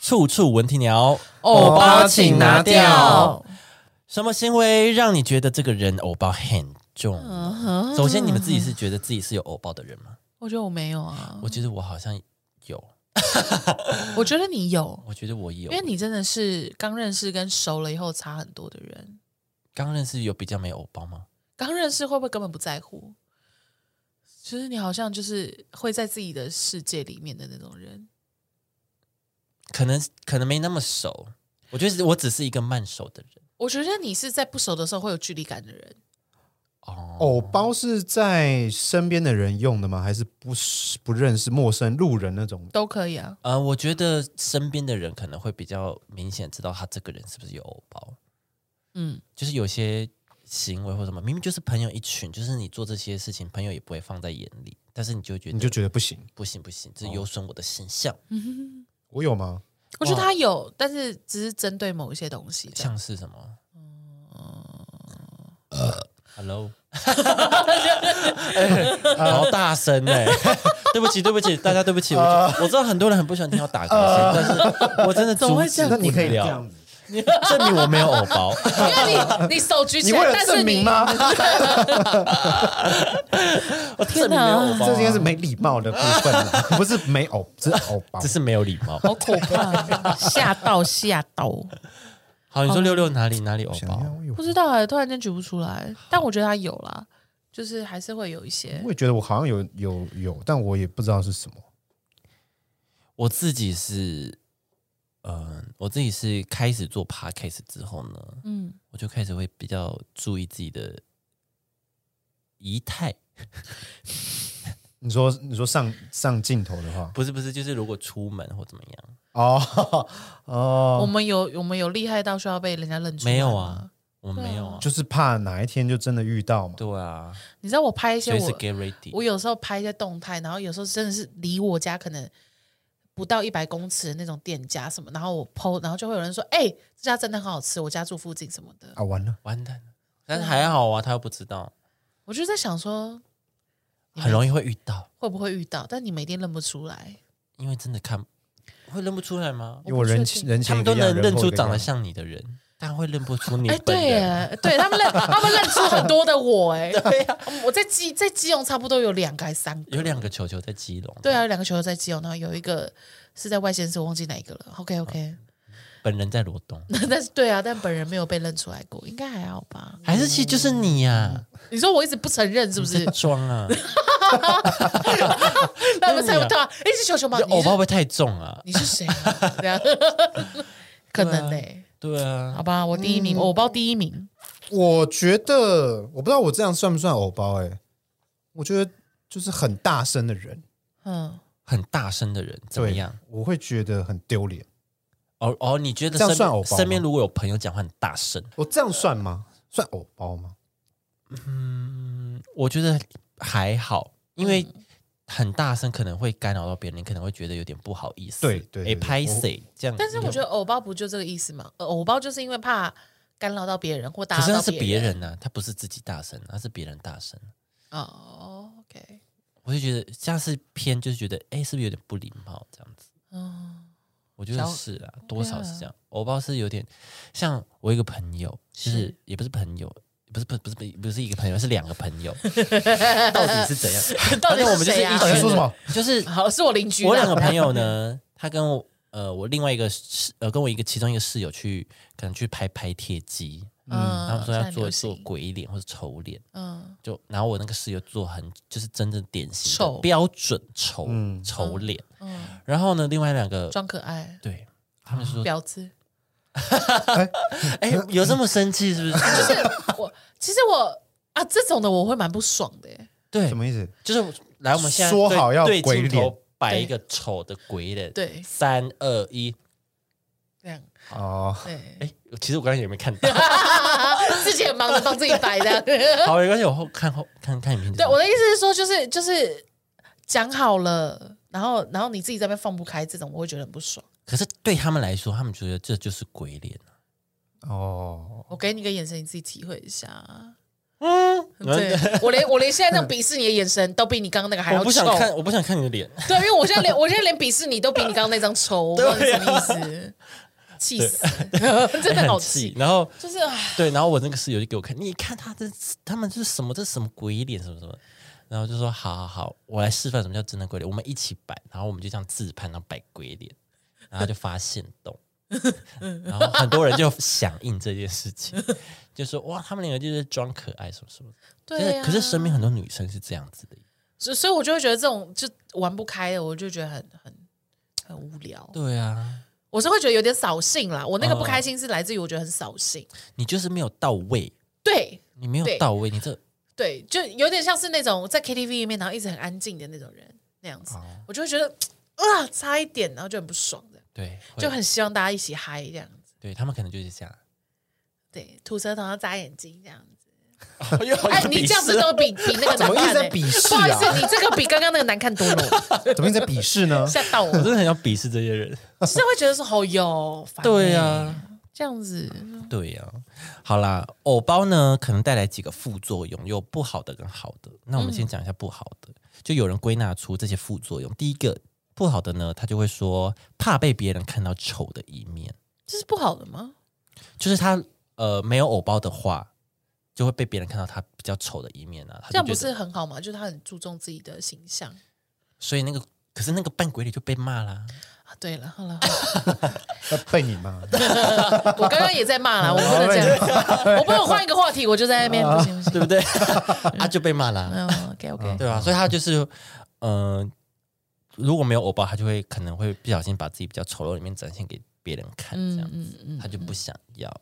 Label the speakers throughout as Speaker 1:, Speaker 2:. Speaker 1: 处处闻啼鸟，
Speaker 2: 偶包请拿掉。
Speaker 1: 什么行为让你觉得这个人偶包很重？首先，你们自己是觉得自己是有偶包的人吗？
Speaker 2: 嗯我觉得我没有啊，
Speaker 1: 我觉得我好像有，
Speaker 2: 我觉得你有，
Speaker 1: 我觉得我有，
Speaker 2: 因为你真的是刚认识跟熟了以后差很多的人。
Speaker 1: 刚认识有比较没偶包吗？
Speaker 2: 刚认识会不会根本不在乎？就是你好像就是会在自己的世界里面的那种人。
Speaker 1: 可能可能没那么熟，我觉得我只是一个慢熟的人。
Speaker 2: 我觉得你是在不熟的时候会有距离感的人。
Speaker 1: 哦，
Speaker 3: 偶包是在身边的人用的吗？还是不是不认识陌生路人那种？
Speaker 2: 都可以啊。
Speaker 1: 呃，我觉得身边的人可能会比较明显知道他这个人是不是有偶包，
Speaker 2: 嗯，
Speaker 1: 就是有些行为或什么，明明就是朋友一群，就是你做这些事情，朋友也不会放在眼里，但是你就觉得
Speaker 3: 你就觉得不行？
Speaker 1: 不行不行，
Speaker 3: 哦
Speaker 1: 这有损我的形象，
Speaker 3: 嗯我有吗？
Speaker 2: 我觉得他有，但是只是针对某一些东西这样。
Speaker 1: 像是什么？
Speaker 3: 嗯
Speaker 1: 呃，Hello，哎 好大声哎！ 对不起，对不起，大家对不起，
Speaker 3: 呃
Speaker 1: 我我知道很多人很不喜欢听我打嗝声，但是我真的
Speaker 2: 怎么会这样
Speaker 1: 阻
Speaker 3: 那
Speaker 1: 止
Speaker 3: 你可以
Speaker 1: 不
Speaker 3: 这
Speaker 1: 了
Speaker 3: 样子。
Speaker 1: 证明我没有偶包。
Speaker 2: 因为你你手举起
Speaker 3: 你为
Speaker 2: 来，
Speaker 3: 了
Speaker 2: 但是
Speaker 3: 证
Speaker 2: 你
Speaker 3: 明吗？
Speaker 1: 我 天哪，
Speaker 3: 这应该是没礼貌的部分啦， 不是没偶，是偶 包
Speaker 1: 只。是没有礼貌。
Speaker 2: 好可怕，啊吓到吓到，
Speaker 1: 好，
Speaker 3: 哦
Speaker 1: 你说六六哪里哪里偶
Speaker 3: 想
Speaker 1: 包？
Speaker 3: 要有
Speaker 2: 不知道哎、突然间举不出来，但我觉得他有啦，就是还是会有一些
Speaker 3: 我也觉得我好像有有有，但我也不知道是什么。
Speaker 1: 我自己是，嗯、我自己是开始做 podcast 之后呢，
Speaker 2: 嗯
Speaker 1: 我就开始会比较注意自己的仪态。
Speaker 3: 你说你说上上镜头的话，
Speaker 1: 不是不是，就是如果出门或怎么样，
Speaker 3: 哦
Speaker 2: 我
Speaker 3: 哦，
Speaker 2: 们有我们有厉害到需要被人家认出来
Speaker 1: 没有
Speaker 2: 吗
Speaker 1: 啊？，我们没有啊，
Speaker 3: 就是怕哪一天就真的遇到嘛。
Speaker 1: 对啊，
Speaker 2: 你知道我拍一些
Speaker 1: 所以是
Speaker 2: 我
Speaker 1: get ready。
Speaker 2: 我有时候拍一些动态，然后有时候真的是离我家可能不到一百公尺的那种店家什么，然后我 PO，然后就会有人说：“哎、这家真的很好吃，我家住附近什么的。
Speaker 3: 啊，完了，
Speaker 1: 完蛋了，但是还好啊，他又不知道，
Speaker 2: 我就在想说，
Speaker 1: 很容易会遇到，
Speaker 2: 会不会遇到？但你们一定认不出来。
Speaker 1: 因为真的看会认不出来吗？
Speaker 3: 因为我人
Speaker 2: 确定
Speaker 3: 人
Speaker 1: 他
Speaker 3: 前一
Speaker 1: 们
Speaker 3: 个
Speaker 1: 都
Speaker 3: 样
Speaker 1: 能认出
Speaker 3: 人后一个
Speaker 1: 长得
Speaker 3: 样
Speaker 1: 像你的人，但会认不出你
Speaker 2: 哎，
Speaker 1: 本
Speaker 2: 对
Speaker 1: 人。
Speaker 2: 耶，对他们认，他们认出很多的我，哎，对呀，我在基在基隆差不多有两个还三个，
Speaker 1: 有两个球球在基隆，
Speaker 2: 对啊，有两个球友在基隆，然后有一个是在外县市，我忘记哪一个了。OK OK，
Speaker 1: 本人在罗东，
Speaker 2: 但是对啊，但本人没有被认出来过，应该还好吧？
Speaker 1: 还是其实就是你呀、
Speaker 2: 你说我一直不承嗯认是不是？
Speaker 1: 装啊？
Speaker 2: 那 不是对啊，哎，是球球吗
Speaker 1: 这？
Speaker 2: 你
Speaker 1: 偶包会
Speaker 2: 是
Speaker 1: 不会太重啊？
Speaker 2: 你是谁啊？这样可能
Speaker 1: 对啊
Speaker 2: 嘞，
Speaker 1: 对啊，
Speaker 2: 好吧，我第一名，我包第一名，
Speaker 3: 我觉得我不知道我这样算不算偶包哎、我觉得就是很大声的人
Speaker 2: 嗯，
Speaker 1: 很大声的人怎么样？？
Speaker 3: 对我会觉得很丢脸。
Speaker 1: 哦哦，你觉得
Speaker 3: 这样
Speaker 1: 身
Speaker 3: 算偶包吗
Speaker 1: 身边如果有朋友讲话很大声，
Speaker 3: 我这样算吗？算偶包吗？
Speaker 1: 嗯，我觉得还好，因为很大声可能会干扰到别人，你可能会觉得有点不好意思。
Speaker 3: 对对对
Speaker 1: 哎，拍
Speaker 3: 我
Speaker 1: 谁这样？
Speaker 2: 但是我觉得偶包不就这个意思吗？呃偶包就是因为怕干扰到别人或打
Speaker 1: 可是
Speaker 2: 扰
Speaker 1: 那
Speaker 2: 到
Speaker 1: 是别
Speaker 2: 人。
Speaker 1: 人呢、他不是自己大声，他是别人大声。啊
Speaker 2: 哦，OK，
Speaker 1: 我就觉得这样是偏，就是觉得哎，是不是有点不礼貌这样子？
Speaker 2: 嗯
Speaker 1: 我觉得
Speaker 2: 小
Speaker 1: 是啊，多少是这样。我不知道是有点像我一个朋友，就是
Speaker 2: 是
Speaker 1: 也不是朋友，不是不是不是不是不是一个朋友，是两个朋友，到底是怎样？
Speaker 2: 到
Speaker 1: 反
Speaker 2: 底是
Speaker 1: 正我们就是
Speaker 2: 谁
Speaker 1: 一
Speaker 2: 啊
Speaker 1: 群
Speaker 3: 到底
Speaker 1: 人，
Speaker 3: 说什么
Speaker 1: 就是
Speaker 2: 好，是我邻居啦。
Speaker 1: 我两个朋 友呢，他跟我呃，我另外一个室呃，跟我一个其中一个室友去，可能去拍拍贴机，
Speaker 2: 嗯，
Speaker 1: 他们说要做做
Speaker 2: 现在很流行，
Speaker 1: 鬼脸或者丑脸，
Speaker 2: 嗯，
Speaker 1: 就然后我那个室友做很就是真正典型的
Speaker 2: 丑
Speaker 1: 标准丑
Speaker 3: 嗯
Speaker 1: 丑脸，
Speaker 2: 嗯
Speaker 1: 然后呢，另外两个
Speaker 2: 装可爱，
Speaker 1: 对他们说，
Speaker 2: 婊子。
Speaker 1: 哎，有这么生气是不
Speaker 3: 嗯
Speaker 1: 是？
Speaker 2: 就是我，其实我啊，这种的我会蛮不爽的耶。
Speaker 1: 对
Speaker 3: 什，么意思？
Speaker 1: 就是来我们现在
Speaker 3: 说
Speaker 1: 对
Speaker 3: 好要
Speaker 1: 对
Speaker 3: 鬼
Speaker 1: 镜头
Speaker 3: 脸
Speaker 1: 摆一个丑的鬼脸，
Speaker 2: 对
Speaker 1: 三二一，
Speaker 2: 这样，
Speaker 3: 哦，
Speaker 2: 对，
Speaker 1: 哎，其实我刚才有没有看到？
Speaker 2: 自己也忙着帮自己摆的。
Speaker 1: 好，没关系，我后看后看看影片就知
Speaker 2: 对，
Speaker 1: 道。
Speaker 2: 我的意思是说，就是就是讲好了，然后然后你自己在那边放不开，这种我会觉得很不爽。
Speaker 1: 可是对他们来说，他们觉得这就是鬼脸啊
Speaker 3: 哦，
Speaker 2: 我给你个眼神，你自己体会一下。
Speaker 1: 嗯，
Speaker 2: 对我连我连现在那种鄙视你的眼神，都比你刚刚那个还要
Speaker 1: 我
Speaker 2: 臭
Speaker 1: 不。想看，我不想看你的脸。
Speaker 2: 对，因为我现在连我现在连鄙视你都比你刚刚那张丑， 我不知道
Speaker 1: 啊
Speaker 2: 是什么意思，气死， 真的好
Speaker 1: 很气。
Speaker 2: 气，
Speaker 1: 然后
Speaker 2: 就是唉
Speaker 1: 对，然后我那个室友就给我看，你看他这他们这是什么，这是什么鬼脸，什么什么。然后就说好好好，我来示范什么叫真的鬼脸，我们一起摆，然后我们就这样自拍，然后摆鬼脸，然后就发现动， 然后很多人就响应这件事情，就说哇，他们两个就是装可爱什么什么。但
Speaker 2: 对
Speaker 1: 是
Speaker 2: 啊。
Speaker 1: 可是身边很多女生是这样子的，
Speaker 2: 所以所以我就会觉得这种就玩不开的，我就觉得很很很无聊。
Speaker 1: 对啊，
Speaker 2: 我是会觉得有点扫兴啦。我那个不
Speaker 3: 嗯
Speaker 2: 开心是来自于我觉得很扫兴，
Speaker 1: 你就是没有到位，
Speaker 2: 对
Speaker 1: 你没有
Speaker 2: 对
Speaker 1: 到位，你这
Speaker 2: 对，就有点像是那种在 KTV 里面然后一直很安静的那种人那样
Speaker 3: 哦
Speaker 2: 子，我就会觉得啊差一点，然后就很不爽的，
Speaker 1: 对会
Speaker 2: 就很希望大家一起嗨这样子。
Speaker 1: 对他们可能就是这样。
Speaker 2: 对，吐舌头，然后眨眼睛这样子。哎
Speaker 1: 哎，
Speaker 2: 你这样子都比比那 个
Speaker 3: 怎
Speaker 2: 难
Speaker 3: 么一直
Speaker 2: 看、
Speaker 3: 在
Speaker 2: 欸，
Speaker 3: 鄙视
Speaker 2: 不好意
Speaker 3: 啊？
Speaker 2: 思，你这个比刚刚那个难看多了，
Speaker 3: 怎么一直在鄙视呢？
Speaker 2: 吓 到 我。
Speaker 1: 我真的很想鄙视这些人。
Speaker 2: 就是会觉得说好哟，烦
Speaker 1: 对呀、
Speaker 2: 欸
Speaker 3: 啊
Speaker 2: 这样子，
Speaker 1: 对呀、好啦，偶包呢可能带来几个副作用，有不好的跟好的。那我
Speaker 2: 嗯
Speaker 1: 们先讲一下不好的，就有人归纳出这些副作用。第一个不好的呢，他就会说怕被别人看到丑的一面，
Speaker 2: 这是不好的吗？
Speaker 1: 就是他呃没有偶包的话，就会被别人看到他比较丑的一面啊。他就
Speaker 2: 这样
Speaker 1: 觉
Speaker 2: 不
Speaker 1: 得
Speaker 2: 是很好吗？就是他很注重自己的形象
Speaker 1: 所以那个可是那个扮鬼脸就被骂啦。
Speaker 2: 啊。对了，好 了，
Speaker 3: 要被你骂，
Speaker 2: 我刚刚也在 骂啦，我不能这样，我不能换一个话题，我就在那边不行不
Speaker 1: 对
Speaker 2: 行。
Speaker 1: 不对？ 啊，就被骂啦。
Speaker 2: 嗯，OK OK，
Speaker 1: 对啊，所以他就是，嗯、如果没有欧巴，他就会可能会不小心把自己比较丑陋的一面展现给别人看，这样
Speaker 2: 嗯
Speaker 1: 子，
Speaker 2: 嗯嗯，
Speaker 1: 他就不想要。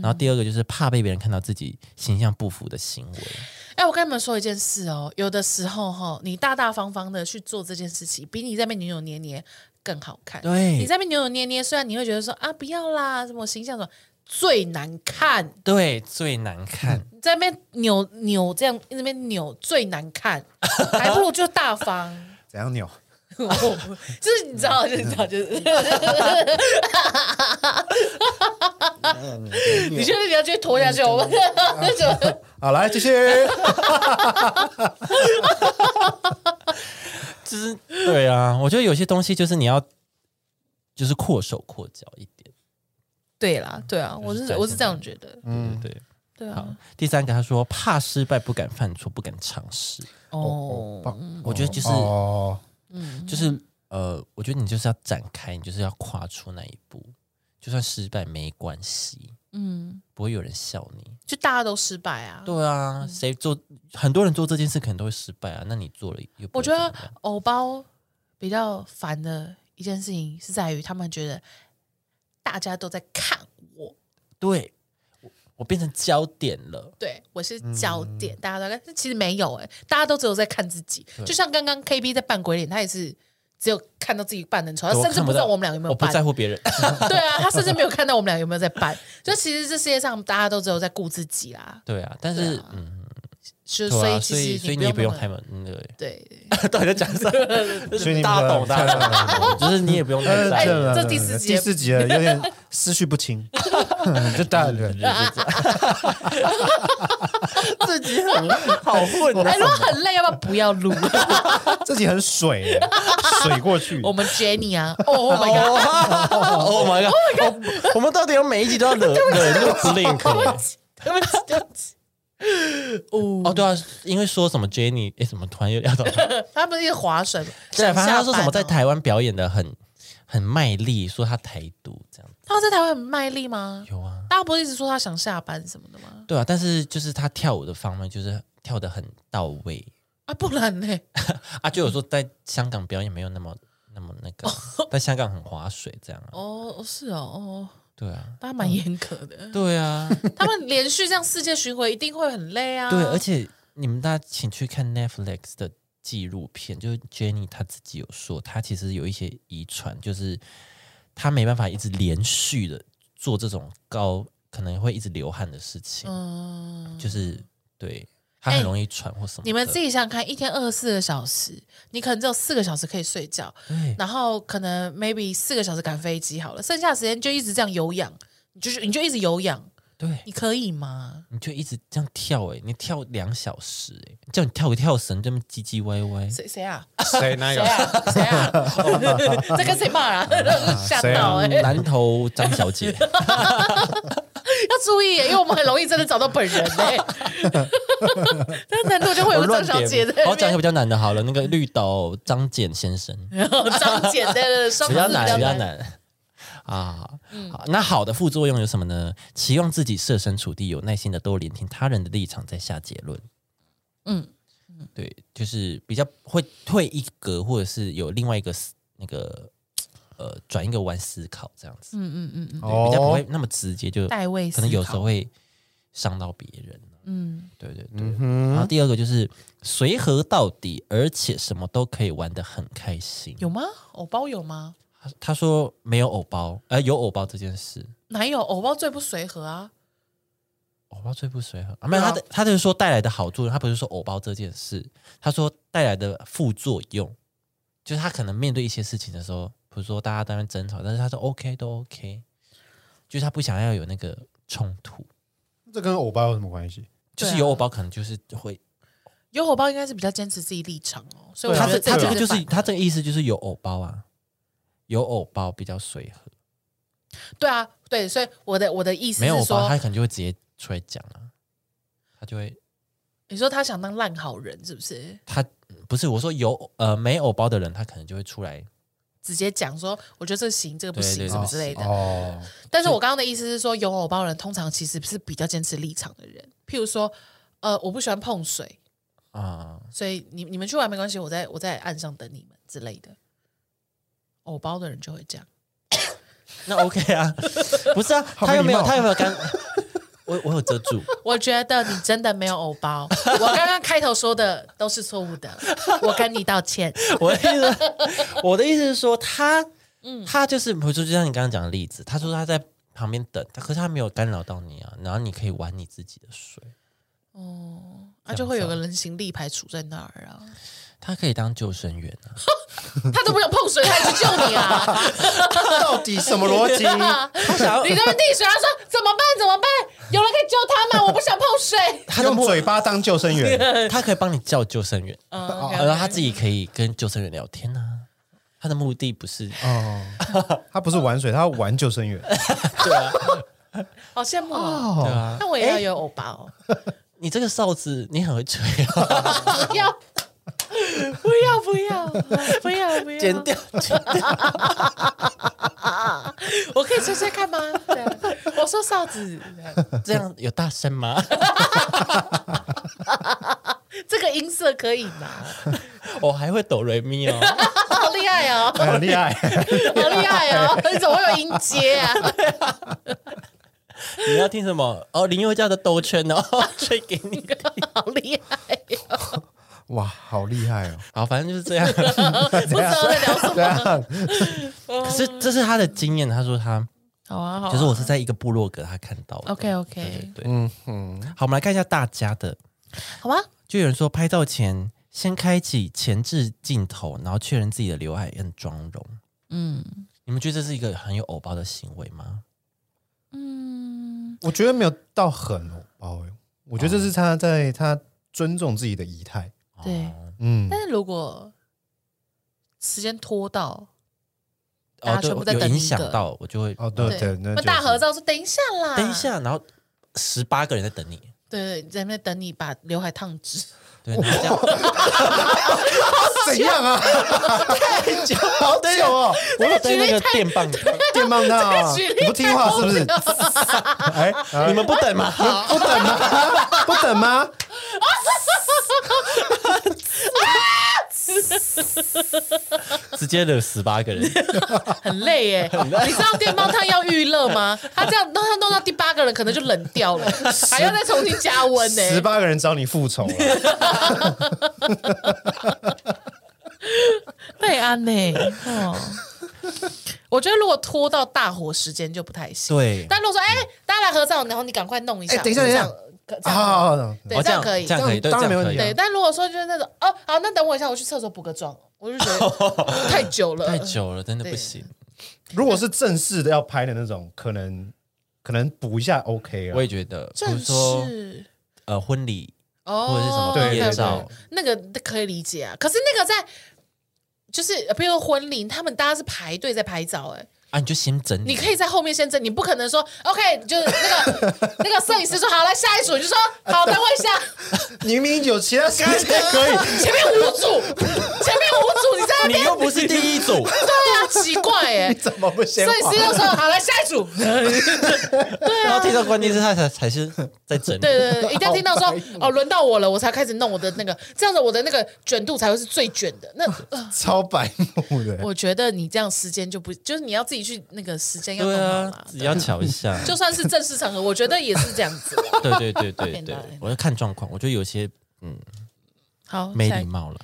Speaker 1: 然后第二个就是怕被别人看到自己形象不符的行为，
Speaker 2: 哎，我跟你们说一件事哦，有的时候哈，你大大方方的去做这件事情，比你在那边扭扭捏捏更好看。
Speaker 1: 对
Speaker 2: 你在那边扭扭捏捏，虽然你会觉得说啊不要啦，什么形象什么最难看，
Speaker 1: 对，最难看。
Speaker 2: 你在那边扭扭这样，那边扭最难看，还不如就大方。
Speaker 3: 怎样扭？
Speaker 2: 就是你知道，就是你知道，就是嗯 你确定你要去拖下去？我们那种
Speaker 3: 好，来继续。
Speaker 1: 就是 对啊，我觉得有些东西就是你要，就是阔手阔脚一点，
Speaker 2: 对啦，对啊，我
Speaker 1: 就是
Speaker 2: 是
Speaker 1: 展现
Speaker 2: 我是这样觉得，
Speaker 4: 嗯
Speaker 3: 嗯
Speaker 1: 对对对。
Speaker 2: 对
Speaker 1: 好
Speaker 2: 啊，，
Speaker 1: 第三个他说怕失败，不敢犯错，不敢尝试。
Speaker 2: 哦，
Speaker 1: 我觉得就是
Speaker 3: 哦，
Speaker 1: 就是呃，我觉得你就是要展开，你就是要跨出那一步，就算失败没关系，
Speaker 2: 嗯，
Speaker 1: 不会有人笑你。
Speaker 2: 就大家都失败啊。
Speaker 1: 对啊，谁做很多人做这件事可能都会失败啊，那你做了又不
Speaker 2: 我
Speaker 1: 会
Speaker 2: 觉得
Speaker 1: 怎么样
Speaker 2: 偶包比较烦的一件事情是在于他们觉得大家都在看我，
Speaker 1: 对我我变成焦点了，
Speaker 2: 对我是焦点，大家都在看，其实没有哎、大家都只有在看自己。就像刚刚 KB 在扮鬼脸，他也是只有看到自己扮得很丑，他
Speaker 1: 我
Speaker 2: 甚至
Speaker 1: 看
Speaker 2: 不
Speaker 1: 不
Speaker 2: 知道
Speaker 1: 到
Speaker 2: 我们俩有没有
Speaker 1: 我不
Speaker 2: 扮。
Speaker 1: 在乎别人。
Speaker 2: 对啊，他甚至没有看到我们俩有没有在扮。就其实这世界上大家都只有在顾自己啦，
Speaker 1: 对啊，但是、嗯，
Speaker 2: 就
Speaker 1: 对啊，所
Speaker 2: 以其实
Speaker 1: 所以你也不用
Speaker 2: 那
Speaker 1: 太
Speaker 2: 么
Speaker 1: 忙，嗯 对，
Speaker 2: 对。
Speaker 1: 到底在讲 啥？
Speaker 3: 所以你
Speaker 1: 大家懂，大家
Speaker 3: 的。
Speaker 1: 懂， 就是你也不用 太在
Speaker 2: 哎
Speaker 1: 乎。
Speaker 2: 这第四集
Speaker 3: 第四集了，有点思绪不 清，就大人
Speaker 1: 自己很好混
Speaker 2: 哎，如果很累，要不要不要录？
Speaker 3: 这集很水，欸水过去。
Speaker 2: 我们 Jenny 啊，Oh my god！
Speaker 1: Oh my god！我我 们到底有每一集都要惹惹那个 blink？
Speaker 2: 对不起，对不起。
Speaker 1: 哦，对啊，因为说什么 Jenny，哎，怎么突然又聊到？对，
Speaker 2: 他们一直划水嘛，
Speaker 1: 反正他说什么在
Speaker 2: 台，
Speaker 1: 台湾表演的很很卖力，说他台独这样子。
Speaker 2: 他们在台湾很卖力吗？
Speaker 1: 有啊，
Speaker 2: 大家不是一直说他想下班什么的吗？
Speaker 1: 对啊，但是就是他跳舞的方面，就是跳的很到位
Speaker 2: 啊，不然呢？
Speaker 1: 啊。就有说在香港表演没有那么那么那个，在香港很划水这样啊。
Speaker 2: 哦，是哦，哦，
Speaker 1: 对啊，
Speaker 2: 大家蛮严格的。
Speaker 1: 对啊，
Speaker 2: 他们连续这样世界巡回一定会很累啊。
Speaker 1: 对，而且你们大家请去看 Netflix 的纪录片，就是 Jenny 她自己有说，她其实有一些遗传，就是她没办法一直连续的做这种高，可能会一直流汗的事情，
Speaker 2: 嗯，
Speaker 1: 就是对它很容易喘或什么的。
Speaker 2: 你们自己想想看，一天二十四个小时，你可能只有四个小时可以睡觉，
Speaker 1: 对
Speaker 2: 然后可能 maybe 四个小时赶飞机好了，剩下的时间就一直这样有氧，你就是你就一直有氧，
Speaker 1: 对，
Speaker 2: 你可以吗？
Speaker 1: 你就一直这样跳哎、你跳两小时哎、叫你跳个跳绳，这么唧唧歪歪，
Speaker 2: 谁谁啊？
Speaker 3: 谁哪
Speaker 2: 谁啊？谁啊？ 在跟谁骂啊？吓到哎、欸！
Speaker 1: 南头张小 姐，
Speaker 2: 要注意、欸，因为我们很容易真的找到本人 哎、欸。但难度就会有个张小姐在那
Speaker 1: 我讲一
Speaker 2: 边
Speaker 1: 个比较难的，好了，那个绿岛张简先生，
Speaker 2: 张姐在 那双
Speaker 1: 比
Speaker 2: 子
Speaker 1: 较
Speaker 2: 比
Speaker 1: 难，
Speaker 2: 较嗯
Speaker 1: 比较。难。 啊，好，那好的副作用有什么呢？期望自己设身处地、有耐心的多聆听他人的立场，再下结论。
Speaker 2: 嗯，
Speaker 1: 对，就是比较会退一格，或者是有另外一个思那个呃转一个弯思考这样子，
Speaker 2: 嗯嗯嗯嗯，
Speaker 1: 对，比较不
Speaker 3: 哦
Speaker 1: 会，那么直接，就
Speaker 2: 代位思
Speaker 1: 可
Speaker 2: 考
Speaker 1: 能有时候会伤到别人。
Speaker 2: 嗯
Speaker 1: 对对对。
Speaker 3: 嗯
Speaker 1: 然后
Speaker 3: 哼，
Speaker 1: 第二个就是随和到底，而且什么都可以玩得很开心。
Speaker 2: 有吗？偶包有吗？
Speaker 1: 他他说没有偶包，呃，有偶包这件事，
Speaker 2: 哪有偶包最不随和啊？
Speaker 1: 偶包最不随和啊。没有，他的他就是说带来的好处，他不是说偶包这件事，他说带来的副作用，就是他可能面对一些事情的时候，比如说大家当然争吵，但是他说 OK 都 OK，就是他不想要有那个冲突，
Speaker 3: 这跟欧巴有什么关系？
Speaker 1: 就是
Speaker 2: 对啊
Speaker 1: 有偶包可能就是会
Speaker 2: 有偶包应该是比较坚持自己立场哦，所以我
Speaker 3: 对啊
Speaker 1: 他这
Speaker 2: 觉得
Speaker 1: 他这
Speaker 2: 个
Speaker 1: 个就是
Speaker 2: 反
Speaker 1: 他这个意思就是有偶包啊，有偶包比较随和，
Speaker 2: 对啊，对，所以我的我的意思
Speaker 1: 没有
Speaker 2: 是
Speaker 1: 偶包
Speaker 2: 说
Speaker 1: 他，可能就会直接出来讲啊，他就会
Speaker 2: 你说他想当烂好人是不是？
Speaker 1: 他不是我说有呃没偶包的人，他可能就会出来
Speaker 2: 直接讲说，我觉得这个行，这个不
Speaker 1: 对
Speaker 2: 行，
Speaker 1: 对
Speaker 2: 什么之类的。
Speaker 3: 哦，
Speaker 2: 但是我刚刚的意思是说，有偶包的人通常其实是比较坚持立场的人，譬如说，呃，我不喜欢碰水，
Speaker 1: 啊、
Speaker 2: 所以你你们去玩没关系，我在我在岸上等你们之类的。偶包的人就会这样，
Speaker 1: 那 OK 啊，不是啊，
Speaker 3: 好
Speaker 1: 他又没有
Speaker 3: 没礼貌
Speaker 1: 他有没 有干，我我有遮住，
Speaker 2: 我觉得你真的没有偶包，我刚刚开头说的都是错误的，我跟你道歉。
Speaker 1: 我的意思，我的意思是说，他，他就是，比如说，就像你刚刚讲的例子，他说他在旁边等，他可是他没有干扰到你啊，然后你可以玩你自己的水，
Speaker 2: 啊，就会有个人形立牌杵在那 儿啊，
Speaker 1: 他可以当救生员啊，
Speaker 2: 他都不想碰水，他还去救你啊！
Speaker 3: 到底什么逻 辑？
Speaker 1: 他想要
Speaker 2: 你那边递水，他说怎么办？怎么办？有人可以救他吗？我不想碰水。
Speaker 1: 他都
Speaker 3: 用
Speaker 1: 不，
Speaker 3: 嘴巴当救生员，
Speaker 1: 他可以帮你叫救生员，
Speaker 2: 嗯
Speaker 1: 哦然后他
Speaker 2: OK，OK，
Speaker 1: 自己可以跟救生员聊天啊，他的目的不是
Speaker 3: 哦，他不是玩水，他要玩救生员。 哎
Speaker 2: 好羡慕哦。
Speaker 1: 对啊，
Speaker 2: 那我也要有欧巴 哦，
Speaker 1: 你这个哨子你很会吹啊，
Speaker 2: 不要， 不要，不要，不要，不 要，
Speaker 1: 剪掉，剪掉，
Speaker 2: 我可以吹吹看吗？这样我说哨子，
Speaker 1: 这样有大声吗？
Speaker 2: 这个音色可以吗？
Speaker 1: 我还会抖瑞咪哦。
Speaker 2: 好厉害哦，
Speaker 3: 哎很厉害，
Speaker 2: 好厉害 哦，
Speaker 1: 啊
Speaker 2: 你怎么会有音阶啊？
Speaker 1: 你要听什么？哦，林宥嘉的《兜圈》哦， 吹给你。
Speaker 2: 好厉 害，
Speaker 3: 哇，好厉害哦！
Speaker 1: 好，反正就是 这样。
Speaker 2: 哦不知道在聊什么。
Speaker 3: 对啊，
Speaker 1: 可是这是他的经验，他说他
Speaker 2: 好啊，好啊，
Speaker 1: 就是我是在一个部落格他看到的。
Speaker 2: OK，OK
Speaker 1: 对对对。
Speaker 3: 嗯哼，
Speaker 1: 好，我们来看一下大家的，
Speaker 2: 好吗？
Speaker 1: 就有人说拍照前先开启前置镜头，然后确认自己的刘海跟妆容。
Speaker 2: 嗯
Speaker 1: 你们觉得这是一个很有偶包的行为吗？
Speaker 2: 嗯，
Speaker 3: 我觉得没有到很哦，包哎，我觉得这是他在他尊重自己的仪态。
Speaker 2: 对
Speaker 1: 哦
Speaker 3: 嗯，
Speaker 2: 但是如果时间拖到，大
Speaker 1: 哦，
Speaker 2: 家
Speaker 1: 对，
Speaker 2: 全部在
Speaker 1: 有
Speaker 2: 等
Speaker 1: 影
Speaker 2: 一个
Speaker 1: 响到我就会
Speaker 3: 哦，对对，那
Speaker 2: 我
Speaker 3: 就是
Speaker 2: 大合照说等一下啦，
Speaker 1: 等一，下，然后十八个人在等你。
Speaker 2: 对对，在那边等你把刘海烫直，
Speaker 1: 对，然后 这样
Speaker 3: 怎样啊？太久，好久哦！
Speaker 1: 我有带那个电 棒，
Speaker 3: 电棒他啊，
Speaker 2: 这个举例
Speaker 3: 你不听话是不是？哎，啊
Speaker 1: 你们不等吗？
Speaker 3: 不等吗？不等 吗？
Speaker 2: 哦
Speaker 1: 直接惹十八个人。
Speaker 2: 很 累耶。你知道电棒烫要预热吗？他这样弄他弄到第八个人可能就冷掉 了，还要再重新加温呢。
Speaker 3: 十八个人找你复 仇了，哎
Speaker 2: 对 啊呢，哦，我觉得如果拖到大火时间就不太行。
Speaker 1: 对，
Speaker 2: 但如果说哎，大家来合照，然后你赶快弄一下，
Speaker 3: 哎等一下等一下
Speaker 2: 这样可这样可以
Speaker 3: 啊，
Speaker 2: 对
Speaker 1: 哦
Speaker 2: 这样可以
Speaker 1: 这样可以，
Speaker 3: 这
Speaker 1: 对
Speaker 3: 样当然
Speaker 1: 这样
Speaker 3: 没问题
Speaker 1: 可以
Speaker 3: 啊
Speaker 2: 对，但如果说就是那种哦，好，那等我一下，我去厕所补个妆，我就觉得 太久了，
Speaker 1: 太 久了，真的不
Speaker 2: 啊对
Speaker 1: 行。
Speaker 4: 如果是正式的要拍的那种，可能可能补一下 OK
Speaker 1: 我
Speaker 4: 啊。
Speaker 1: 也觉得，比如
Speaker 2: 正
Speaker 1: 说
Speaker 2: 式
Speaker 1: 呃婚礼
Speaker 2: 哦，
Speaker 1: 或者是什么
Speaker 4: 对
Speaker 1: 毕
Speaker 4: 对
Speaker 1: 业
Speaker 4: 对
Speaker 1: 照，
Speaker 2: 那个可以理解啊。可是那个在就是呃比如说婚礼，他们大家是排队在拍照、欸，哎，
Speaker 1: 啊，你就先整理，
Speaker 2: 你可以在后面先整，你不可能说 OK，就是那个那个摄影师说好来下一组，你就说好等我一 下，
Speaker 4: 你明明有其他时间可以，
Speaker 2: 前面五组，前面五组你在那
Speaker 1: 啊你
Speaker 2: 边
Speaker 1: 又不是第一 组，
Speaker 2: 对啊，奇怪哎、
Speaker 4: 你怎么不先
Speaker 2: 摄影
Speaker 4: 画
Speaker 2: 师？又说好来下一组，
Speaker 1: 然后听到关键是他才才是在整理，
Speaker 2: 啊 对啊对 对，一定要听到说哦轮到我了，我才开始弄我的那个，这样子我的那个卷度才会是最卷的。 那、呃
Speaker 4: 超白目的，
Speaker 2: 我觉得你这样时间就不就是你要自己去那个时间要弄
Speaker 1: 对
Speaker 2: 好
Speaker 1: 啊
Speaker 2: 啦，，
Speaker 1: 只要瞧一下，
Speaker 2: 就算是正式场合，我觉得也是这样子 啦。
Speaker 1: 对对对对
Speaker 2: 变
Speaker 1: 对
Speaker 2: 态，
Speaker 1: 我要看状况，我觉得有些
Speaker 2: 好，
Speaker 1: 没
Speaker 2: 下
Speaker 1: 礼
Speaker 2: 一
Speaker 1: 貌了。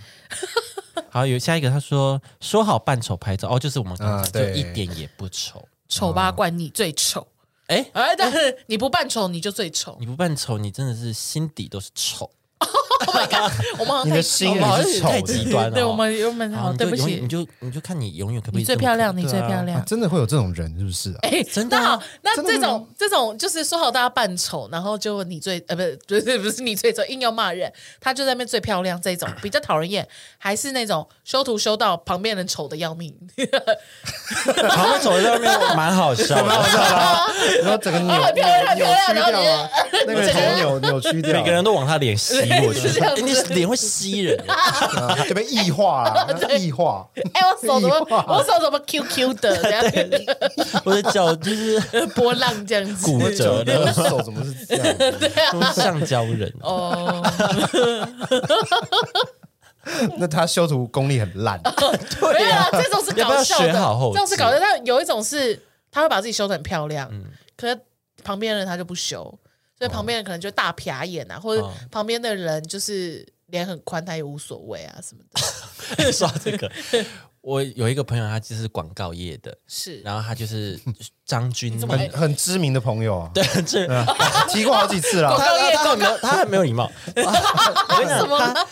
Speaker 1: 好，有下一个，他说说好扮丑拍照哦，就是我们刚才
Speaker 4: 啊
Speaker 1: 就
Speaker 4: 对
Speaker 1: 一点也不丑。
Speaker 2: 丑八怪你最丑，
Speaker 1: 哎，
Speaker 2: 哎， 但是你不扮丑你就最丑。
Speaker 1: 你不扮丑，你真的是心底都是丑。
Speaker 2: 我们好像太丑了，好像
Speaker 4: 你的心里是丑
Speaker 1: 太
Speaker 4: 的
Speaker 1: 极端了哦。
Speaker 2: 对我们我们
Speaker 1: 然
Speaker 2: 好，
Speaker 1: 后你就
Speaker 2: 对不
Speaker 1: 永远你
Speaker 2: 起，
Speaker 1: 就你就看你永远可不可以
Speaker 2: 你最
Speaker 1: 这么
Speaker 2: 漂亮，
Speaker 1: 可
Speaker 2: 你最漂亮
Speaker 4: 啊。真的会有这种人是不是啊？
Speaker 2: 哎，
Speaker 1: 真的
Speaker 2: 那
Speaker 1: 啊
Speaker 2: 好，那这种这种就是说好大家扮丑，然后就你最呃，不是不是不是你最丑，硬要骂人，他就在那边最漂亮这种比较讨人厌，还是那种修图修到旁边人丑的要命，
Speaker 1: 啊旁边走在外面蛮好笑的，
Speaker 4: 然后整个扭
Speaker 2: 啊 漂亮
Speaker 4: 扭
Speaker 2: 漂亮
Speaker 4: 曲
Speaker 2: 然后
Speaker 4: 掉啊，那个头 扭扭曲掉，啊
Speaker 1: 每个人都往他脸吸过去
Speaker 2: 是这样，子
Speaker 1: 你 脸会吸人。欸
Speaker 4: 啊就被异化了，异 化。
Speaker 2: 哎、我手怎么
Speaker 4: 屁话
Speaker 2: 我手怎么 Q Q 的这样
Speaker 1: 我的脚就是
Speaker 2: 波浪这样子，
Speaker 1: 骨折
Speaker 4: 那
Speaker 1: 的，
Speaker 4: 个手怎么是这样？
Speaker 2: 对啊，
Speaker 1: 橡胶人。
Speaker 2: 哦，
Speaker 4: 那他修图功力很烂，
Speaker 2: 没有啊，这种是
Speaker 1: 要不
Speaker 2: 搞
Speaker 1: 要
Speaker 2: 笑
Speaker 1: 学好后置
Speaker 2: 的，这种是搞笑。但有一种是他会把自己修的很漂亮，啊可是旁边的人他就不修，所以旁边人可能就大瞟眼啊，或者
Speaker 1: 哦
Speaker 2: 旁边的人就是脸很宽，他也无所谓啊什么的。
Speaker 1: 说到这个，我有一个朋友，他就是广告业的，
Speaker 2: 是，
Speaker 1: 然后他就是张君
Speaker 2: 么
Speaker 1: 曼
Speaker 4: 很，很知名的朋友啊，
Speaker 1: 对，这
Speaker 4: 提过好几次
Speaker 1: 他 他
Speaker 4: 了。
Speaker 1: 他很没有，他很没有礼貌。我跟你
Speaker 2: 什
Speaker 1: 讲，
Speaker 2: 么
Speaker 1: 他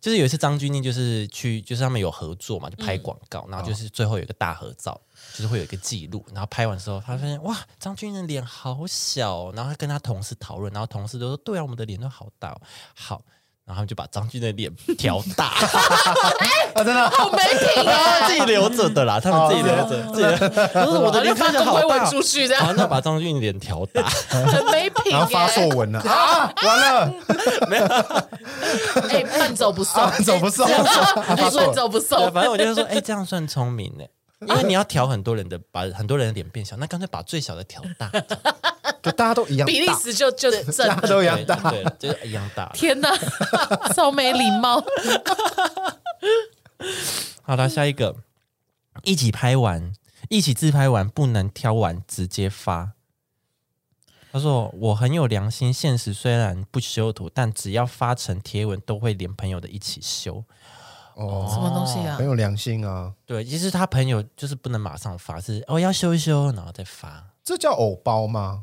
Speaker 1: 就是有一次张钧甯就是去，就是他们有合作嘛，就拍广告，
Speaker 2: 嗯
Speaker 1: 然后就是最后有一个大合照，就是会有一个记录，然后拍完之后，他发现哇，张钧甯的脸好小、哦，然后他跟他同事讨论，然后同事都说对啊，我们的脸都好大、哦，好。然后他们就把张钧甯的脸 调大，
Speaker 4: 啊，真的啊，
Speaker 2: 好没品啊！
Speaker 1: 自己留着的啦，他们自己留着，自己留着。 我 说我的
Speaker 2: 就
Speaker 1: 脸
Speaker 2: 发
Speaker 1: 看起来
Speaker 2: 公
Speaker 1: 好
Speaker 2: 规文
Speaker 1: 大
Speaker 2: 出
Speaker 1: 哦，
Speaker 2: 去，这 样
Speaker 1: 好，那把张钧甯的脸调大，
Speaker 2: 很没品
Speaker 4: 然后发
Speaker 2: 耶！
Speaker 4: 作文了啊，完了，
Speaker 2: 哎，慢走不送
Speaker 4: 啊，，走 不送，
Speaker 2: 慢走不
Speaker 1: 对，
Speaker 2: 送，
Speaker 1: 反正我就是说，哎、这样算聪明 呢，因为你要调很多人的，把很多人的脸变小，那干脆把最小的调 大，
Speaker 4: 就大家都一样大，
Speaker 2: 比利时就就正
Speaker 4: 大家
Speaker 2: 了。
Speaker 4: 都一样大，
Speaker 1: 对，对就是一样大。
Speaker 2: 天哪，超没礼貌！
Speaker 1: 好了，下一个，一起拍完，一起自拍完，不能挑完直接发。他说：“我很有良心，现实虽然不修图，但只要发成贴文，都会连朋友的一起修。
Speaker 4: 哦，
Speaker 2: 什么东西啊
Speaker 4: 很？有良心啊，
Speaker 1: 对，其实他朋友就是不能马上发，是哦要修一修，然后再发。
Speaker 4: 这叫偶包吗？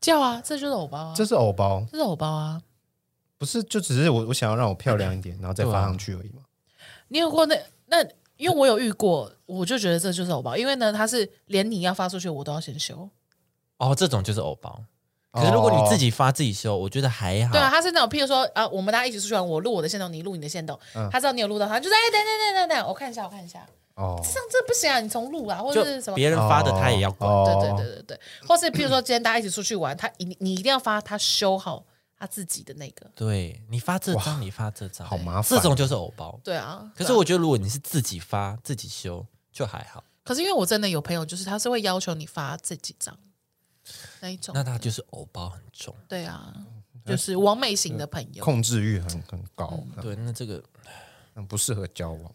Speaker 2: 叫啊，这就是偶包
Speaker 1: 哦
Speaker 2: 啊，
Speaker 4: 这是偶包，
Speaker 2: 这是偶包啊。
Speaker 4: 不是就只是我我想要让我漂亮一点，然后再发上去而已嘛。
Speaker 2: 你有过那那？因为我有遇过，我就觉得这就是偶包，因为呢，他是连你要发出去，我都要先修。
Speaker 1: 哦，这种就是偶包。哦可是如果你自己发自己修，我觉得还好。
Speaker 2: 对啊，他是那种，譬如说啊，我们大家一起出去玩，我录我的线动，你录你的线动，
Speaker 1: 嗯
Speaker 2: 他知道你有录到他，就是哎，等等等等等，我看一下，我看一下，
Speaker 4: 哦，
Speaker 2: 这样这不行啊，你重录啊，或
Speaker 1: 就
Speaker 2: 者是什么？
Speaker 1: 别人发的他也要管。
Speaker 4: 哦
Speaker 2: 对对，对对对，或是譬如说今天大家一起出去玩，他你你一定要发他修好他自己的那个。
Speaker 1: 对你发这张，你发这张，
Speaker 4: 好麻烦
Speaker 1: 这种就是偶包。
Speaker 2: 对啊，
Speaker 1: 可
Speaker 2: 对啊
Speaker 1: 是我觉得，如果你是自己发自己修，就还好。
Speaker 2: 可是因为我真的有朋友，就是他是会要求你发这几张那一种
Speaker 1: 那。嗯他就是偶包很重。
Speaker 2: 对啊，就是完美型的朋友。
Speaker 4: 控制欲很很高，
Speaker 1: 对，那这个
Speaker 4: 嗯不适合交往。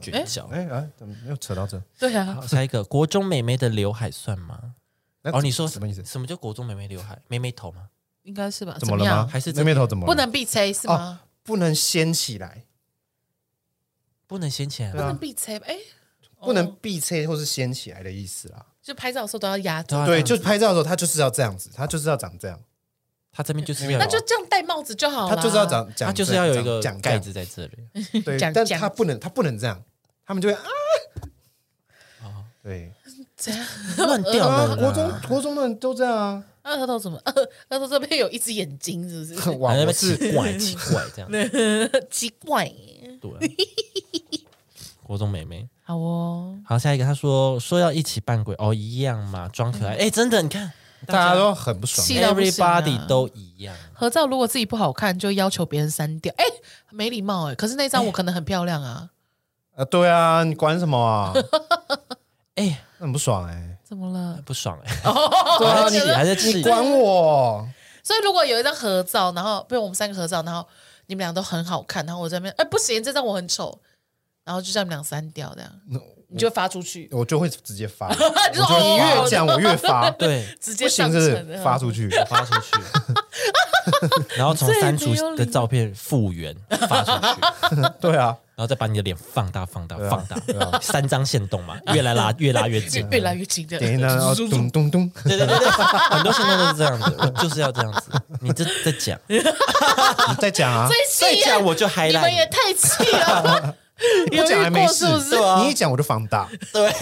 Speaker 1: 绝交。
Speaker 4: 哎哎，怎么又扯到这？
Speaker 2: 对啊，
Speaker 1: 好，下一个国中美眉的刘海算吗？
Speaker 4: 那
Speaker 1: 哦，你说
Speaker 4: 什么意思？
Speaker 1: 什么叫国中美眉刘海？妹妹头吗？
Speaker 2: 应该是吧？
Speaker 4: 怎
Speaker 2: 么
Speaker 4: 么了吗？
Speaker 2: 样？
Speaker 1: 还是
Speaker 4: 那边头怎么了哦
Speaker 2: 不能避吹是吗？
Speaker 4: 不能掀起来，
Speaker 1: 不能掀起来
Speaker 4: 对
Speaker 1: 吗
Speaker 4: 啊
Speaker 2: 不能避吹，哎，
Speaker 1: 哦
Speaker 4: 不能避侧或是掀起来的意思啦。
Speaker 2: 就拍照的时候都要压着
Speaker 1: 对。啊
Speaker 3: 对，
Speaker 1: 这
Speaker 3: 就
Speaker 1: 样
Speaker 3: 拍照的时候他就是要这样子，他
Speaker 4: 他就是要长这样，
Speaker 1: 他这边就是
Speaker 4: 那
Speaker 1: 要
Speaker 2: 那就这样戴帽子就好了。
Speaker 3: 他就是要长讲，
Speaker 1: 啊他就是要有一个
Speaker 3: 讲
Speaker 1: 盖子，在 这里，
Speaker 3: 讲对，
Speaker 2: 讲
Speaker 3: 但
Speaker 2: 讲
Speaker 3: 他不能，他不能这样，他们就会啊，
Speaker 1: 哦
Speaker 4: 对，
Speaker 2: 怎样？
Speaker 1: 乱掉
Speaker 4: 啊
Speaker 1: 的，
Speaker 4: 国
Speaker 1: 啦。
Speaker 4: 中国中的人都这样 啊，
Speaker 2: 那额头怎么？ 额额头这边有一只眼睛，是 不
Speaker 1: 哇，
Speaker 4: 哇，
Speaker 1: 那
Speaker 4: 我
Speaker 1: 边
Speaker 4: 是
Speaker 1: 奇怪奇怪这 样，啊
Speaker 2: 是？奇怪耶。
Speaker 1: 对。国中妹妹，
Speaker 2: 好哦，
Speaker 1: 好，下一个，她说说要一起扮鬼哦，一样嘛，装可爱，哎、真的，你看
Speaker 3: 大家都很不爽。
Speaker 2: 嗯气到不行啊
Speaker 1: ，everybody 都一样，
Speaker 2: 合照如果自己不好看，就要求别人删掉。哎，没礼貌哎。可是那张我可能很漂亮啊。
Speaker 4: 啊，对啊，你管什么啊？
Speaker 1: 哎、
Speaker 4: 那很不爽哎，
Speaker 2: 怎么了？
Speaker 1: 不 爽哎、
Speaker 2: 对
Speaker 1: 还在气，还在气
Speaker 4: 你，管我，
Speaker 2: 所以如果有一张合照，然后被我们三个合照，然后你们俩都很好看，然后我在那边，哎、不行，这张我很丑，然后就叫你们俩删掉，这样你就会发出去，
Speaker 4: 我就会直接发，
Speaker 2: 我 就哦
Speaker 4: 你越讲我越 发，
Speaker 1: 对，
Speaker 2: 直接
Speaker 4: 不行
Speaker 2: 上
Speaker 4: 是
Speaker 2: 传哦
Speaker 4: 不是发出去，
Speaker 1: 发出去， 然后从删除的照片复原
Speaker 2: 哦
Speaker 1: 发出去，
Speaker 4: 对啊，
Speaker 1: 然后再把你的脸放大、放大、
Speaker 3: 啊
Speaker 1: 放大，三张线动嘛，越 来拉越拉越近，
Speaker 4: 啊
Speaker 2: 越来越近的，
Speaker 4: 点一 单，然后咚咚咚，
Speaker 1: 对对对对，很多线动都是这样子，我就是要这样子，你这在讲，
Speaker 4: 你再 讲啊，
Speaker 1: 再
Speaker 2: 最气
Speaker 1: 讲
Speaker 2: 啊！
Speaker 1: 我就
Speaker 2: 你们也
Speaker 1: highlight，
Speaker 2: 太气了 吧，有
Speaker 4: 不讲还
Speaker 2: 遇
Speaker 4: 没
Speaker 2: 过
Speaker 4: 事
Speaker 2: 是不是？，
Speaker 1: 啊
Speaker 4: 你一讲我就放大，
Speaker 1: 对，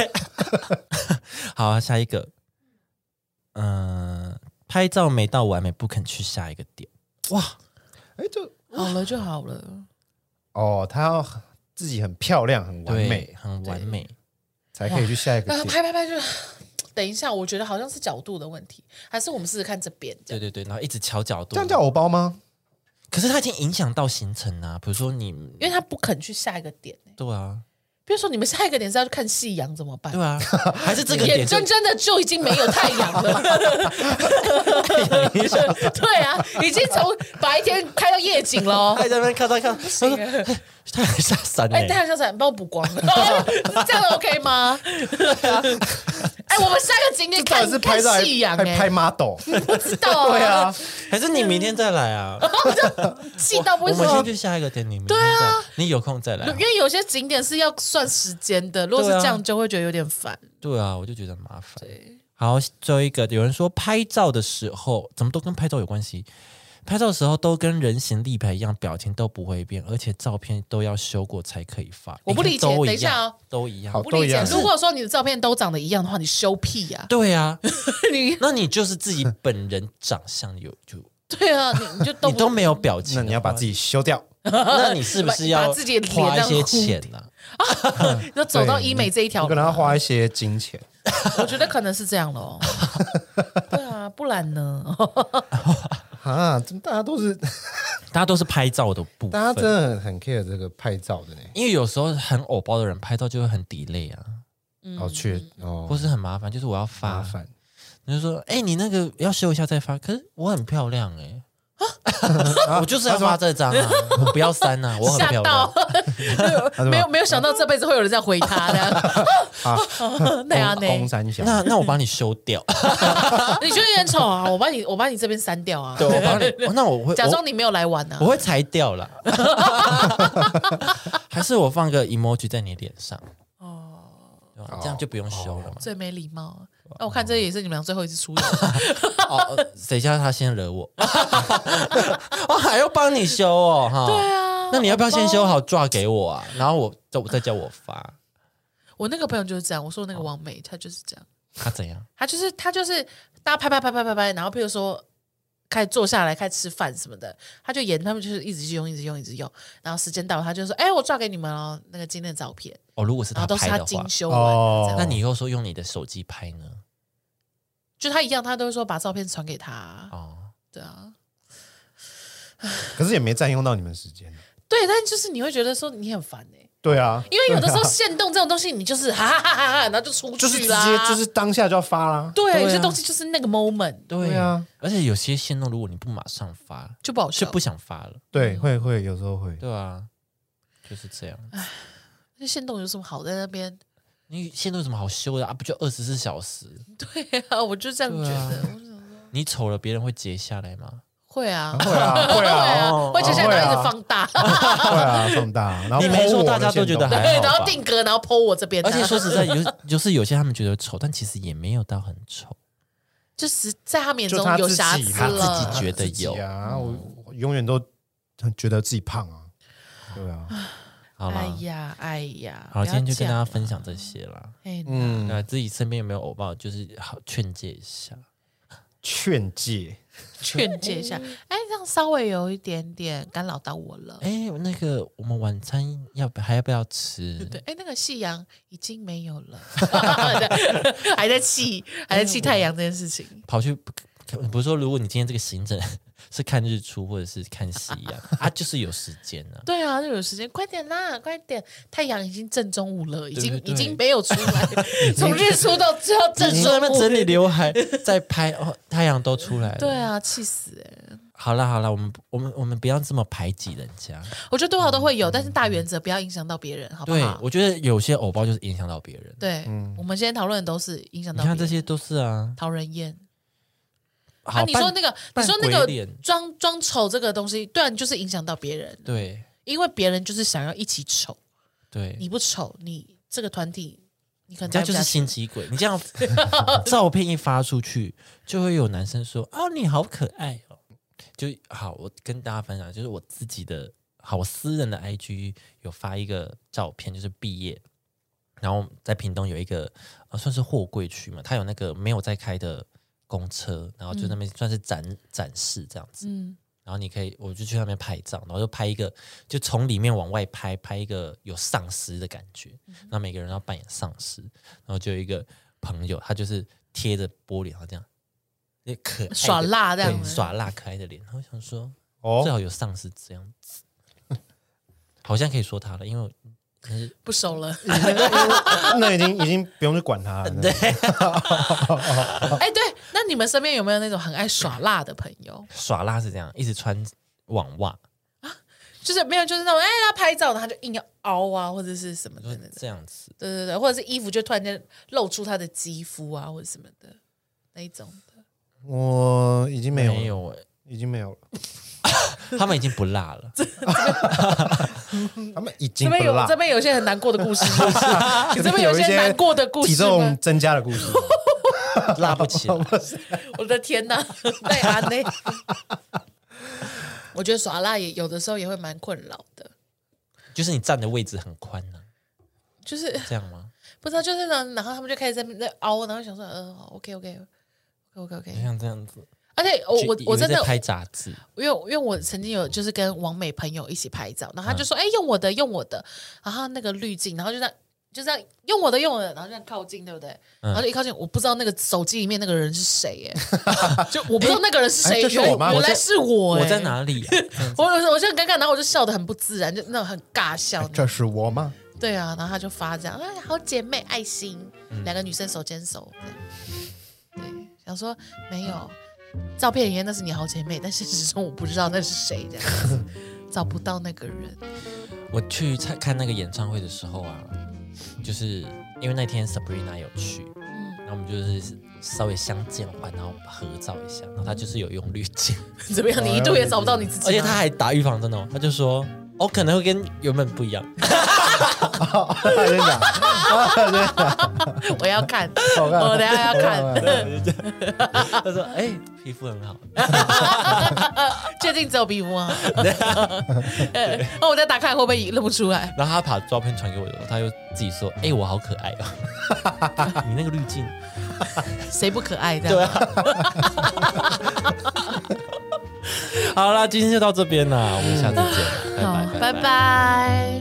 Speaker 1: 好、啊，下一个，嗯、拍照没到完美不肯去下一个点，哇，
Speaker 4: 哎，就
Speaker 2: 好了就好了，
Speaker 4: 哦，他要自己很漂亮、很完
Speaker 1: 对
Speaker 4: 美，
Speaker 1: 很完美，
Speaker 4: 才可以去下一个
Speaker 2: 然后
Speaker 4: 点。
Speaker 2: 拍拍拍就。 等一下，我觉得好像是角度的问题，还是我们试试看这边这
Speaker 1: 对
Speaker 2: 样。
Speaker 1: 对对，然后一直调角度，
Speaker 4: 这样叫偶包吗？
Speaker 1: 可是它已经影响到行程啊，比如说你，
Speaker 2: 因为他不肯去下一个点、欸，
Speaker 1: 对啊，
Speaker 2: 比如说你们下一个点是要去看夕阳怎么办？
Speaker 1: 对 啊，还是这个
Speaker 2: 眼
Speaker 1: 点
Speaker 2: 睁
Speaker 1: 就
Speaker 2: 睁的就已经没有太阳 了， 对啊，已经从白天开到夜景了。哦
Speaker 1: 哎还在那边看到看，他说
Speaker 4: 啊
Speaker 1: 哎太阳下山
Speaker 2: 哎，太
Speaker 1: 呢，
Speaker 2: 阳小伞帮我补光 了，这样 OK 吗？哎，我们下个景点
Speaker 4: 到底
Speaker 2: 看
Speaker 4: 是拍照
Speaker 2: 看
Speaker 4: 还
Speaker 2: 夕阳，
Speaker 4: 还拍
Speaker 2: 哎，
Speaker 4: model？
Speaker 2: 不知道
Speaker 4: 对，啊，
Speaker 1: 还是你明天再来 啊？
Speaker 2: 气到不
Speaker 1: 我
Speaker 2: 行。
Speaker 1: 们先去下一个点，你明天再，你有空再来
Speaker 2: 因
Speaker 1: 啊。
Speaker 2: 为有些景点是要算时间的，如果是这样，就会觉得有点烦。
Speaker 1: 对啊，我就觉得很麻烦。好，最后一个，有人说拍照的时候怎么都跟拍照有关系？拍照的时候都跟人形立牌一样，表情都不会变，而且照片都要修过才可以发。
Speaker 2: 我不
Speaker 1: 你看
Speaker 2: 理解
Speaker 1: 都
Speaker 2: 等一下
Speaker 1: 样
Speaker 2: 哦
Speaker 1: 都一样
Speaker 4: 好。
Speaker 2: 不理
Speaker 4: 都一
Speaker 2: 解
Speaker 4: 样，
Speaker 2: 如果说你的照片都长得一样的话，你修屁 呀？
Speaker 1: 对啊，
Speaker 2: 你
Speaker 1: 那你就是自己本人长相有 就
Speaker 2: 对啊，你你就都
Speaker 1: 你
Speaker 2: 不
Speaker 1: 都没有表情的
Speaker 4: 那
Speaker 1: 话，
Speaker 4: 你要把自己修掉，
Speaker 1: 那你是不是
Speaker 2: 把
Speaker 1: 要
Speaker 2: 把自己的脸
Speaker 1: 花一
Speaker 2: 这
Speaker 1: 些
Speaker 2: 样
Speaker 1: 钱 呢、
Speaker 2: 要走到医美这一条路啊，
Speaker 4: 我可能要花一些金钱。
Speaker 2: 我觉得可能是这样 咯。对啊，不然呢？
Speaker 4: 啊，真大家都是，
Speaker 1: 大家都是拍照的部
Speaker 4: 大家真
Speaker 1: 分，
Speaker 4: 的很很 care 这个拍照的呢。
Speaker 1: 因为有时候很偶包的人拍照就会很 delay 啊，
Speaker 2: 嗯
Speaker 4: 哦，去哦，
Speaker 1: 或是很麻烦，就是我要发
Speaker 4: 麻，烦，
Speaker 1: 你就说，哎、你那个要修一下再发，可是我很漂亮哎、 我就是要发这张啊，我不要删 啊，我很
Speaker 2: 吓
Speaker 1: 漂
Speaker 2: 到
Speaker 1: 亮。，
Speaker 2: 没有没有想到这辈子会有人这样回 他的。对啊，
Speaker 4: 公公
Speaker 2: 你
Speaker 4: 三小，
Speaker 1: 那那我帮你修掉，
Speaker 2: 你觉得有点丑啊？我把你我把你这边删掉啊
Speaker 1: 对，，我帮你，那我会
Speaker 2: 假
Speaker 1: 我
Speaker 2: 装你没有来玩啊
Speaker 1: 我。会裁掉 啦，还是我放个 emoji 在你脸上哦，这样就不用修了嘛。
Speaker 2: 最没礼貌。那我看这也是你们俩最后一 次出游，
Speaker 1: 哦，呃谁叫他先惹 我？我还要帮你修哦，哈。对啊，那你要不要先修好抓给我啊？然后我再再叫我发，
Speaker 2: 我那个朋友就是这样，我说我那个王美，她就是这样，
Speaker 1: 他怎样？
Speaker 2: 她就是她就是大家拍拍拍拍拍拍，然后譬如说开始坐下来开始吃饭什么的，他就演他们就是一直用一直用一直用，然后时间到了他就说，哎、我照给你们哦，那个今天的照片，
Speaker 1: 哦，如果是
Speaker 2: 然
Speaker 1: 他
Speaker 2: 后都是
Speaker 1: 拍
Speaker 2: 他
Speaker 1: 的话
Speaker 2: 精，修完的，
Speaker 4: 哦，
Speaker 1: 那你又说用你的手机拍呢？
Speaker 2: 就他一样，他都会说把照片传给他，
Speaker 1: 哦，
Speaker 2: 对啊，
Speaker 4: 可是也没占用到你们时间。啊
Speaker 2: 对，但就是你会觉得说你很烦哎、
Speaker 4: 对啊，
Speaker 2: 因为有的时候限动这种东西，你就是哈哈哈哈哈，然后就出去
Speaker 4: 就是直
Speaker 2: 啦，
Speaker 4: 接就是当下就要发啦。
Speaker 2: 对，
Speaker 1: 对啊
Speaker 2: 有些东西就是那个 moment
Speaker 1: 对
Speaker 4: 对啊，
Speaker 1: 而且有些线路，如果你不马上发，
Speaker 2: 就不好
Speaker 1: 是
Speaker 2: 笑
Speaker 1: 不，想发了，
Speaker 4: 对，会会有时候会，
Speaker 1: 对啊，就是这样。
Speaker 2: 那限动有什么好在那边？
Speaker 1: 你线路有什么好修的啊？不就二十四小时？
Speaker 2: 对啊，我就这样觉
Speaker 1: 对啊
Speaker 2: 得，我就想说
Speaker 1: 你丑了，别人会截下来吗？
Speaker 2: 会啊，
Speaker 3: 会啊，
Speaker 4: 会
Speaker 2: 会
Speaker 4: 啊，
Speaker 2: 啊，会就像
Speaker 4: 会
Speaker 2: 他
Speaker 4: 啊
Speaker 2: 一直放大，
Speaker 3: 会啊，放大。然后
Speaker 1: 你没
Speaker 4: 泼
Speaker 1: 说，
Speaker 4: 我
Speaker 1: 大
Speaker 4: 的
Speaker 1: 家都
Speaker 4: 线
Speaker 1: 觉得
Speaker 4: 动
Speaker 1: 还
Speaker 2: 对，
Speaker 1: 好
Speaker 2: 然后
Speaker 1: 吧。
Speaker 2: 定格，然后剖我这边啊，
Speaker 1: 而且说实在，有就是有些他们觉得丑，但其实也没有到很丑。
Speaker 2: 就是在他们眼
Speaker 4: 就
Speaker 2: 中
Speaker 4: 他
Speaker 2: 有
Speaker 4: 自己
Speaker 2: 瑕疵
Speaker 4: 他自己
Speaker 2: 了，
Speaker 1: 觉得
Speaker 4: 自己
Speaker 1: 有
Speaker 4: 啊，我
Speaker 3: 我永远都很觉得自己胖啊，对啊，
Speaker 1: 好
Speaker 2: 哎
Speaker 1: 啦，
Speaker 2: 呀，哎呀，
Speaker 1: 好，
Speaker 2: 不
Speaker 1: 今
Speaker 2: 要
Speaker 1: 天就跟大家
Speaker 2: 讲
Speaker 1: 分享这些啦。
Speaker 2: 哎
Speaker 3: 嗯，
Speaker 1: 那自己身边有没有偶包，就是好劝诫一下。
Speaker 4: 劝诫
Speaker 2: 劝诫一下，哎，这样稍微有一点点干扰到我了。
Speaker 1: 嗯哎，那个我们晚餐要不还要不要吃？
Speaker 2: 对，哎，那个夕阳已经没有 了，对还在气，还在气太阳这件事情。
Speaker 1: 跑去 不是说，如果你今天这个行程 是看日出或者是看夕阳 啊，就是有时间啊。
Speaker 2: 对啊，就有时间，快点啦，快点！太阳已经正中午了，已经
Speaker 1: 对对
Speaker 2: 已经没有出 来，从日出到到正
Speaker 1: 你在那
Speaker 2: 中
Speaker 1: 边整
Speaker 2: 午。
Speaker 1: 理刘 海，再拍哦，太阳都出来了。
Speaker 2: 对，啊，气死哎、
Speaker 1: 好啦好啦，我们我们我们不要这么排挤人家。
Speaker 2: 我觉得多少都会有，但是大原则不要影响到别人，好
Speaker 1: 嗯
Speaker 2: 不
Speaker 1: 对
Speaker 2: 好，？
Speaker 1: 我觉得有些偶包就是影响到别人。
Speaker 2: 对，我们今天讨论的都是影响
Speaker 1: 你
Speaker 2: 到
Speaker 1: 看
Speaker 2: 别人。
Speaker 1: 这些都是啊，
Speaker 2: 讨人厌
Speaker 1: 好，
Speaker 2: 啊！你说
Speaker 1: 扮
Speaker 2: 那个，你
Speaker 1: 扮
Speaker 2: 说那
Speaker 1: 鬼
Speaker 2: 个
Speaker 1: 脸
Speaker 2: 装装丑这个东西，对啊，你就是影响到别人，
Speaker 1: 对
Speaker 2: 因为别人就是想要一起丑，
Speaker 1: 对，
Speaker 2: 你不丑，你这个团体你可
Speaker 1: 人
Speaker 2: 能
Speaker 1: 家
Speaker 2: 待不
Speaker 1: 就是
Speaker 2: 下去
Speaker 1: 心机鬼。你这样照片一发出去，就会有男生说：“啊，你好可爱哦。”就好，我跟大家分享，就是我自己的，好，我私人的 IG 有发一个照片，就是毕业，然后在屏东有一个呃算是货柜区嘛，它有那个没有在开的公车，然后就那边算是展、展示这样子。
Speaker 2: 嗯
Speaker 1: 然后你可以，我就去那边拍照，然后就拍一个，就从里面往外拍，拍一个有丧尸的感觉。
Speaker 2: 嗯
Speaker 1: 那每个人要扮演丧尸，然后就有一个朋友，他就是贴着玻璃，然后这样，那可爱的
Speaker 2: 耍辣这样
Speaker 1: 哎对
Speaker 2: 子
Speaker 1: 耍辣可爱的脸。然后我想说，最
Speaker 4: 哦，
Speaker 1: 好有丧尸这样子，好像可以说他了，因为我
Speaker 2: 不熟 了。
Speaker 4: 那已经已经不用去管他了。对，
Speaker 1: 哦
Speaker 2: 哎，对，那你们身边有没有那种很爱耍辣的朋友？
Speaker 1: 耍辣是这样，一直穿网袜，
Speaker 2: 就是没有，就是那种哎，他拍照，然后他就硬要凹啊，或者是什么的
Speaker 1: 就
Speaker 2: 那
Speaker 1: 是
Speaker 2: 种。
Speaker 1: 这样子。
Speaker 2: 对对对，或者是衣服就突然间露出他的肌肤啊，或者什么的那一种的。
Speaker 4: 我已经没有了，
Speaker 1: 没有哎、
Speaker 4: 已经没有了。
Speaker 1: 他们已经不辣 了。
Speaker 4: 他们已
Speaker 2: 嗯
Speaker 4: 经
Speaker 2: 这边
Speaker 4: 不
Speaker 2: 有
Speaker 4: 辣
Speaker 2: 这，边有一些很难过的故事，是不是 你这边有一些难过的故
Speaker 4: 体
Speaker 2: 事吗
Speaker 4: 重？增加的故事。
Speaker 1: 辣不起来。
Speaker 2: 我的天哪，对啊，那 我觉得耍辣也有的时候也会蛮困扰的，
Speaker 1: 就是你站的位置很宽呢、
Speaker 2: 就是
Speaker 1: 这样吗？
Speaker 2: 不知道就是呢，然后他们就开始在那边在凹，然后想说，嗯、呃、，OK OK OK OK
Speaker 1: 就
Speaker 2: OK，
Speaker 1: 像这样子，
Speaker 2: 而且我哦我
Speaker 1: 就以为
Speaker 2: 我真的
Speaker 1: 在拍杂志，
Speaker 2: 因为因为我曾经有就是跟王美朋友一起拍照，然后他就
Speaker 1: 嗯
Speaker 2: 说：“哎、用我的，用我的。”然后那个滤镜，然后就这样就这样用我的，用我的，然后就这样靠近，对不对？然
Speaker 1: 嗯
Speaker 2: 后就一靠近，我不知道那个手机里面那个人 是谁，哎，就我不知道那个人是谁，
Speaker 4: 哎这是
Speaker 2: 原
Speaker 4: 我吗
Speaker 2: 原
Speaker 4: 我在
Speaker 2: 来是我，
Speaker 1: 我
Speaker 2: 哎
Speaker 1: 在？哪里、啊？这样子
Speaker 2: 我我我就很尴尬，然后我就笑得很不自然，就那种很尬笑。
Speaker 4: 这是我吗？
Speaker 2: 对啊，然后他就发这样，哎，好姐妹爱心，两个女生手牵手，这样对，想说没有，照片里面那是你好姐妹，但现实中我不知道那是谁，这样子找不到那个人，
Speaker 1: 我去看看那个演唱会的时候啊，就是因为那天 Sabrina 有去，
Speaker 2: 嗯
Speaker 1: 然后我们就是稍微相见欢，然后合照一下，然后他就是有用滤镜，
Speaker 2: 怎么样？你一度也找不到你自 己吗，
Speaker 1: 而且他还打预防针哦，他就说。我、可能会跟原本不一样，
Speaker 4: 真的，啊
Speaker 2: 哎我要看，
Speaker 4: 好看
Speaker 2: 我等一下要 看，
Speaker 1: 他说：“哎、皮肤很好，
Speaker 2: 确定只有皮肤啊？呃 那我再打开会不会认不出来？
Speaker 1: 然后他把照片传给我，他又自己 说：“哎、我好可爱哦， 你那个滤镜。
Speaker 2: 谁不可爱这样？”
Speaker 1: 好啦，今天就到这边啦，我们下次见， 拜
Speaker 2: 好
Speaker 1: 拜，
Speaker 2: 拜拜。